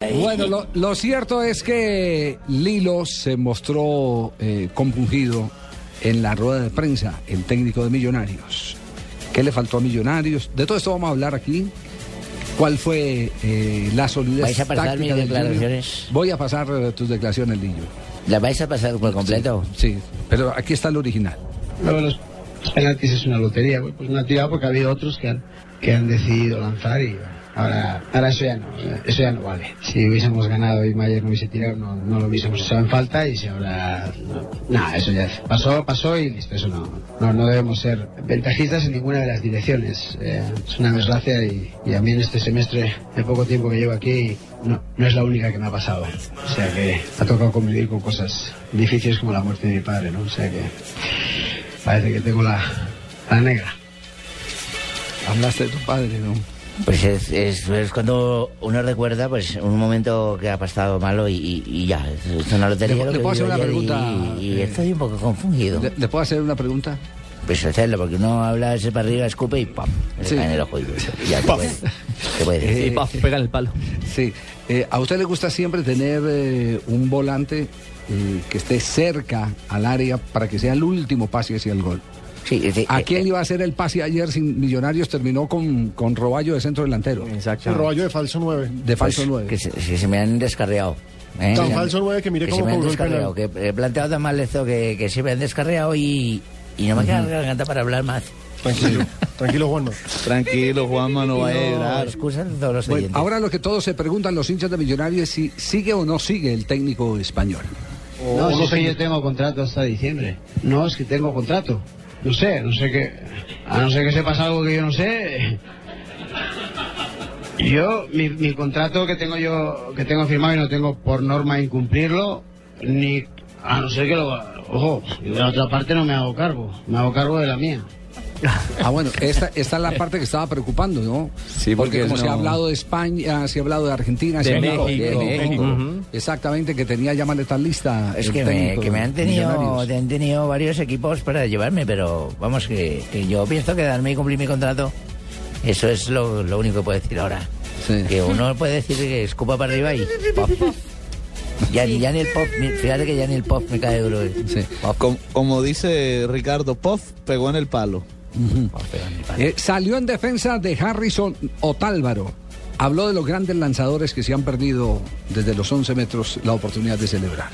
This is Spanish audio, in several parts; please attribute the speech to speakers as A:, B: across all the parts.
A: Bueno, lo, lo cierto es que Lilo se mostró eh, compungido en la rueda de prensa, el técnico de Millonarios. ¿Qué le faltó a Millonarios? De todo esto vamos a hablar aquí. ¿Cuál fue eh, la solidez
B: ¿Vais a pasar
A: táctica
B: mis
A: del Junior?
B: declaraciones?
A: Voy a pasar eh, tus declaraciones, Lillo.
B: ¿La vais a pasar por completo?
A: Sí, pero aquí está el original.
C: Lo de los penaltis es una lotería, güey, pues una tirada porque ha habido otros que han, que han decidido lanzar y bueno, ahora, ahora eso ya no, o sea, eso ya no vale. Si hubiésemos ganado y Mayer no hubiese tirado, no, no lo hubiésemos echado en falta y si ahora, no, nada, eso ya pasó, pasó y listo, eso no, no, no debemos ser ventajistas en ninguna de las direcciones. Eh, es una desgracia y, y a mí en este semestre, de poco tiempo que llevo aquí, no, no es la única que me ha pasado. O sea que ha tocado convivir con cosas difíciles como la muerte de mi padre, ¿no? O sea que Parece que tengo la, la negra.
A: Hablaste de tu padre, ¿no?
B: Pues es, es- es cuando uno recuerda pues un momento que ha pasado malo y, y- y ya. Es una lotería.
A: Le-
B: lo
A: le
B: que
A: puedo hacer
B: vivo
A: una
B: ayer y-
A: pregunta,
B: Y,
A: eh,
B: estoy un poco confundido.
A: ¿Le, le puedo hacer una pregunta?
B: Pues hacerlo, porque uno habla ese para arriba, escupe y ¡pam! Le
A: Sí.
B: cae en el ojo. Y, ya te puede, te puede decir.
A: Eh,
D: pega en el palo.
A: Sí. Eh, ¿A usted le gusta siempre tener eh, un volante eh, que esté cerca al área para que sea el último pase hacia el gol?
B: Sí, es decir,
A: ¿A
B: eh,
A: quién
B: eh,
A: le iba a hacer el pase ayer sin Millonarios? Terminó con, con Roballo de centro delantero,
E: El rollo de falso 9.
A: de falso
B: pues,
A: 9.
B: Que se, que se me han descarriado. ¿eh?
E: Tan
B: Se han-
E: falso nueve que mire
B: se
E: cómo
B: me han
E: cobró el
B: descarriado. Que he planteado tan mal esto que, que se me han descarriado y, y no me queda la garganta para hablar más.
E: Tranquilo, tranquilo, Juan.
D: Tranquilo, Juanma, no va a
B: No,
D: llorar.
B: excusan todos los
A: Bueno,
B: oyentes.
A: ahora lo que todos se preguntan los hinchas de Millonarios es si sigue o no sigue el técnico español.
C: No, si es que yo tengo contrato hasta diciembre. No, es que tengo contrato. No sé, no sé qué. A no ser que se pasa algo que yo no sé. Yo, mi, mi contrato que tengo yo, que tengo firmado y no tengo por norma incumplirlo, ni. A no ser que lo. Ojo, de la otra parte no me hago cargo. Me hago cargo de la mía.
A: Ah, bueno, esta, esta es la parte que estaba preocupando, ¿no?
D: Sí, porque
A: como se ha
D: no-
A: hablado de España, se ha hablado de Argentina, se ha
D: De
A: hablado
D: México.
A: de México. Exactamente, que tenía ya maletas lista.
B: Es
A: el
B: que me,
A: técnico
B: que me han
A: de
B: tenido,
A: Millonarios.
B: te han tenido varios equipos para llevarme, pero vamos, que, que yo pienso quedarme y cumplir mi contrato. Eso es lo, lo único que puedo decir ahora.
A: Sí.
B: Que uno puede decir que escupa para arriba y pop, pop. Ya, ni- ya ni el pop, ni- fíjate que ya ni el pop me cae duro. eh.
A: Sí.
B: Pop,
D: Como, Ah, como dice Ricardo, Puff pegó en el palo.
B: pop, pero ni palo.
A: Eh, salió en defensa de Harrison Otálvaro. Habló de los grandes lanzadores que se han perdido desde los 11 metros la oportunidad de celebrar.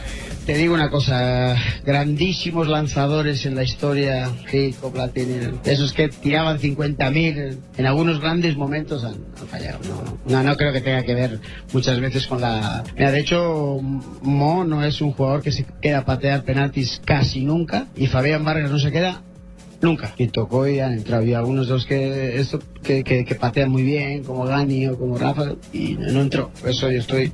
C: Te digo una cosa, grandísimos lanzadores en la historia, Gil, Platini, esos que tiraban 50.000 en algunos grandes momentos han, han fallado. No, no, no creo que tenga que ver muchas veces con la... Mira, de hecho, Mo no es un jugador que se queda a patear penaltis casi nunca y Fabián Vargas no se queda Nunca. Y tocó y han entrado. Y algunos de los que, esto, que, que, que patean muy bien, como Gani o como Rafa, y no, no entró. Por eso yo estoy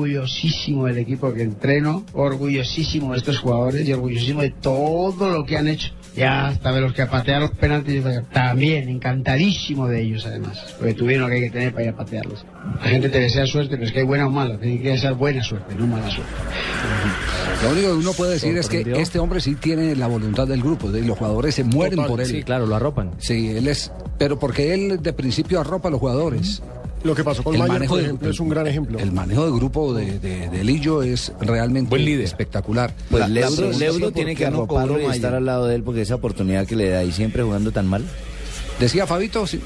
C: orgullosísimo del equipo que entreno, orgullosísimo de estos jugadores y orgullosísimo de todo lo que han hecho. Ya hasta de los que patearon penaltis, también encantadísimo de ellos además, porque tuvieron lo que hay que tener para ir a patearlos. La gente te desea suerte, pero es que hay buena o mala, tiene que ser buena suerte, no mala suerte.
A: Lo único que uno puede decir es que este hombre sí tiene la voluntad del grupo, de, y los jugadores se mueren por él.
F: Sí, claro, lo arropan.
A: Sí, él es, pero porque él de principio arropa a los jugadores.
E: Lo que pasó con Mayer, por ejemplo,
A: de-
E: es un gran ejemplo.
A: El manejo de grupo de, de- de Lillo es realmente
F: Buen líder.
A: espectacular.
G: Pues
A: La- la
G: Leuro,
A: pregunta-
G: Leuro tiene que arroparlo y estar al lado de él porque esa oportunidad que le da y siempre jugando tan mal.
A: Decía Fabito, sí,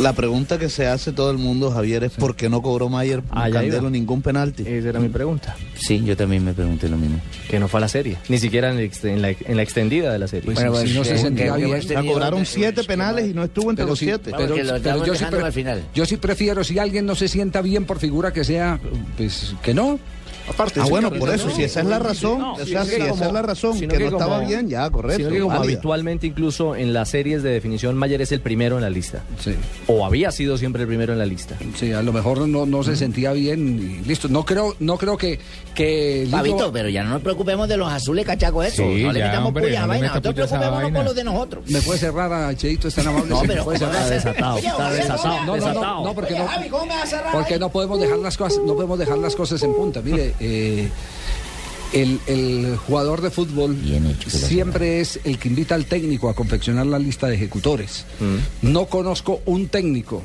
D: La pregunta que se hace todo el mundo, Javier, es ¿por qué no cobró Mayer
F: Ah, ya
D: Candelo
F: iba.
D: ningún penalti?
F: Esa era mi pregunta.
G: Sí, yo también me pregunté lo mismo.
F: Que no fue a la serie. Ni siquiera en, el ext- en la, en la extendida de la serie.
A: pues, si no se sentía bien.
D: O sea, cobraron siete penales y no estuvo entre los
A: sí,
D: siete.
B: Vamos, que lo estamos
A: sí
B: dejando
A: pre-
B: al final.
A: yo sí prefiero, si alguien no se sienta bien por figura que sea, pues que no.
E: Aparte,
D: Ah,
E: es un
D: bueno,
E: capitán,
D: por eso,
E: ¿no?
D: si esa es la razón, o sea,
F: sino
D: si
F: que
D: esa
F: como-
D: es la razón, que
F: sino
D: no
F: que
D: estaba
F: como-
D: bien, ya, correcto.
F: Sino que como
D: válida.
F: habitualmente incluso en las series de definición Mayer es el primero en la lista.
A: Sí.
F: O había sido siempre el primero en la lista.
A: Sí, a lo mejor no, no se sentía bien y listo. No creo, no creo que, que Lilo-
H: Pavito, pero ya no nos preocupemos de los azules cachacos eso.
I: Sí,
H: no le
I: ya,
H: metamos
I: hombre,
H: puya
I: no
H: a la
I: le meta
H: vaina. Nosotros
I: puya a esa
H: preocupémonos
I: vaina.
H: con los de nosotros.
A: ¿Me puede cerrar a Cheito? ¿Es tan amable?
H: No,
A: ¿Se me
H: pero
A: puede
H: ¿cómo
A: cerrar?
H: vas a hacer?
G: desatado,
H: Oye,
G: está
H: Javi, ¿cómo
G: desatado,
H: me-
A: No, no, no,
G: desatado.
A: no, porque
H: Oye,
A: no,
H: Javi, ¿cómo me vas a cerrar
A: porque
H: ahí?
A: no podemos dejar las cosas, no podemos dejar las cosas en punta. Mire, eh, el, el jugador de fútbol
G: Bien hecho, que lo
A: siempre es el que invita al técnico a confeccionar la lista de ejecutores. No conozco un técnico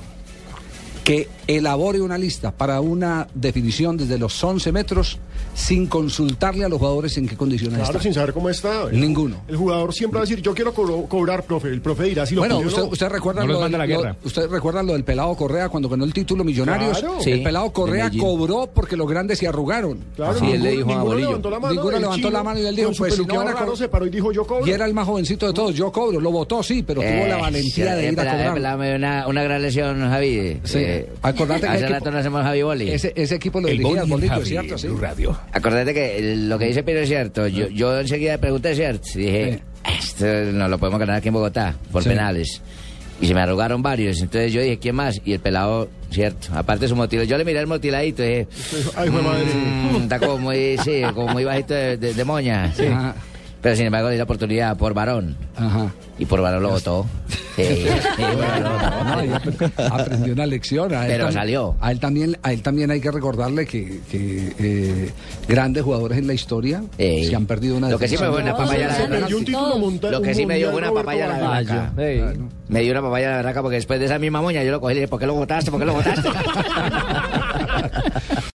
A: que elabore una lista para una definición desde los 11 metros sin consultarle a los jugadores en qué condiciones
E: Claro,
A: están.
E: sin saber cómo está. El-
A: Ninguno.
E: El jugador siempre va a decir, yo quiero cobro- cobrar, profe. El profe dirá si lo
A: Bueno,
E: pide o
A: usted,
E: no.
A: usted recuerda
I: No los
A: lo
I: manda
A: del,
I: a la
A: lo-
I: guerra.
A: usted recuerda lo del pelado Correa cuando ganó el título Millonarios.
E: Claro.
A: el
G: Sí,
A: pelado Correa
G: de Medellín.
A: cobró porque los grandes se arrugaron.
E: Claro,
G: Así él le dijo
E: ninguno-
G: a
E: ninguno
G: Bolillo.
E: levantó la mano.
A: Ninguno
E: El
A: levantó
E: chino,
A: la mano y él dijo,
E: con su
A: pues, si no
E: peluqueado
A: van a
E: raro,
A: cobrar-
E: se paró y dijo, yo cobro.
A: Y era el más jovencito de todos. Yo cobro, lo votó sí, pero tuvo la
B: Eh,
A: valentía de
B: eh,
A: ir a
B: espera,
A: cobrar.
B: espera, me dio una, una gran lesión, Javi.
A: Sí.
B: Eh,
A: Acordate que
B: hace
A: equipo-
B: rato no hacemos Javi Boli.
A: Ese, ese equipo lo dirigía el Bolillo, ¿cierto? Sí.
I: Radio.
B: Acordate que eh, lo que dice Piro es cierto. Yo, yo enseguida pregunté, ¿cierto? Y Dije, esto no lo podemos ganar aquí en Bogotá, por
A: Sí.
B: penales. Y se me arrogaron varios. Entonces yo dije, ¿quién más? Y el pelado, ¿cierto? Aparte su motilo. Yo le miré el motiladito y dije,
E: Ay, hijo de madre.
B: "Mm, está como muy, sí, como muy bajito de, de- de moña.
A: Ajá,
B: Pero sin embargo, di la oportunidad por varón.
A: ajá.
B: Y por varón lo votó. Sí, sí, por varón lo votó.
A: No, y apre- aprendió una lección. A él
B: Pero
A: tam-
B: salió.
A: A él también, a él también hay que recordarle que, que, eh, grandes jugadores en la historia
B: Ey.
A: se han perdido una
B: Lo que sí
A: definición.
B: me fue una papaya la
E: Se
B: verdad.
E: perdió un título monta-
B: Lo que
E: un
B: sí me dio
E: mundial,
B: fue una
E: Roberto
B: papaya la
E: Barrios.
B: verdad. Acá.
F: Ey.
B: Me dio una papaya la verdad porque después de esa misma moña yo lo cogí y le dije, ¿por qué lo votaste? ¿Por qué lo votaste?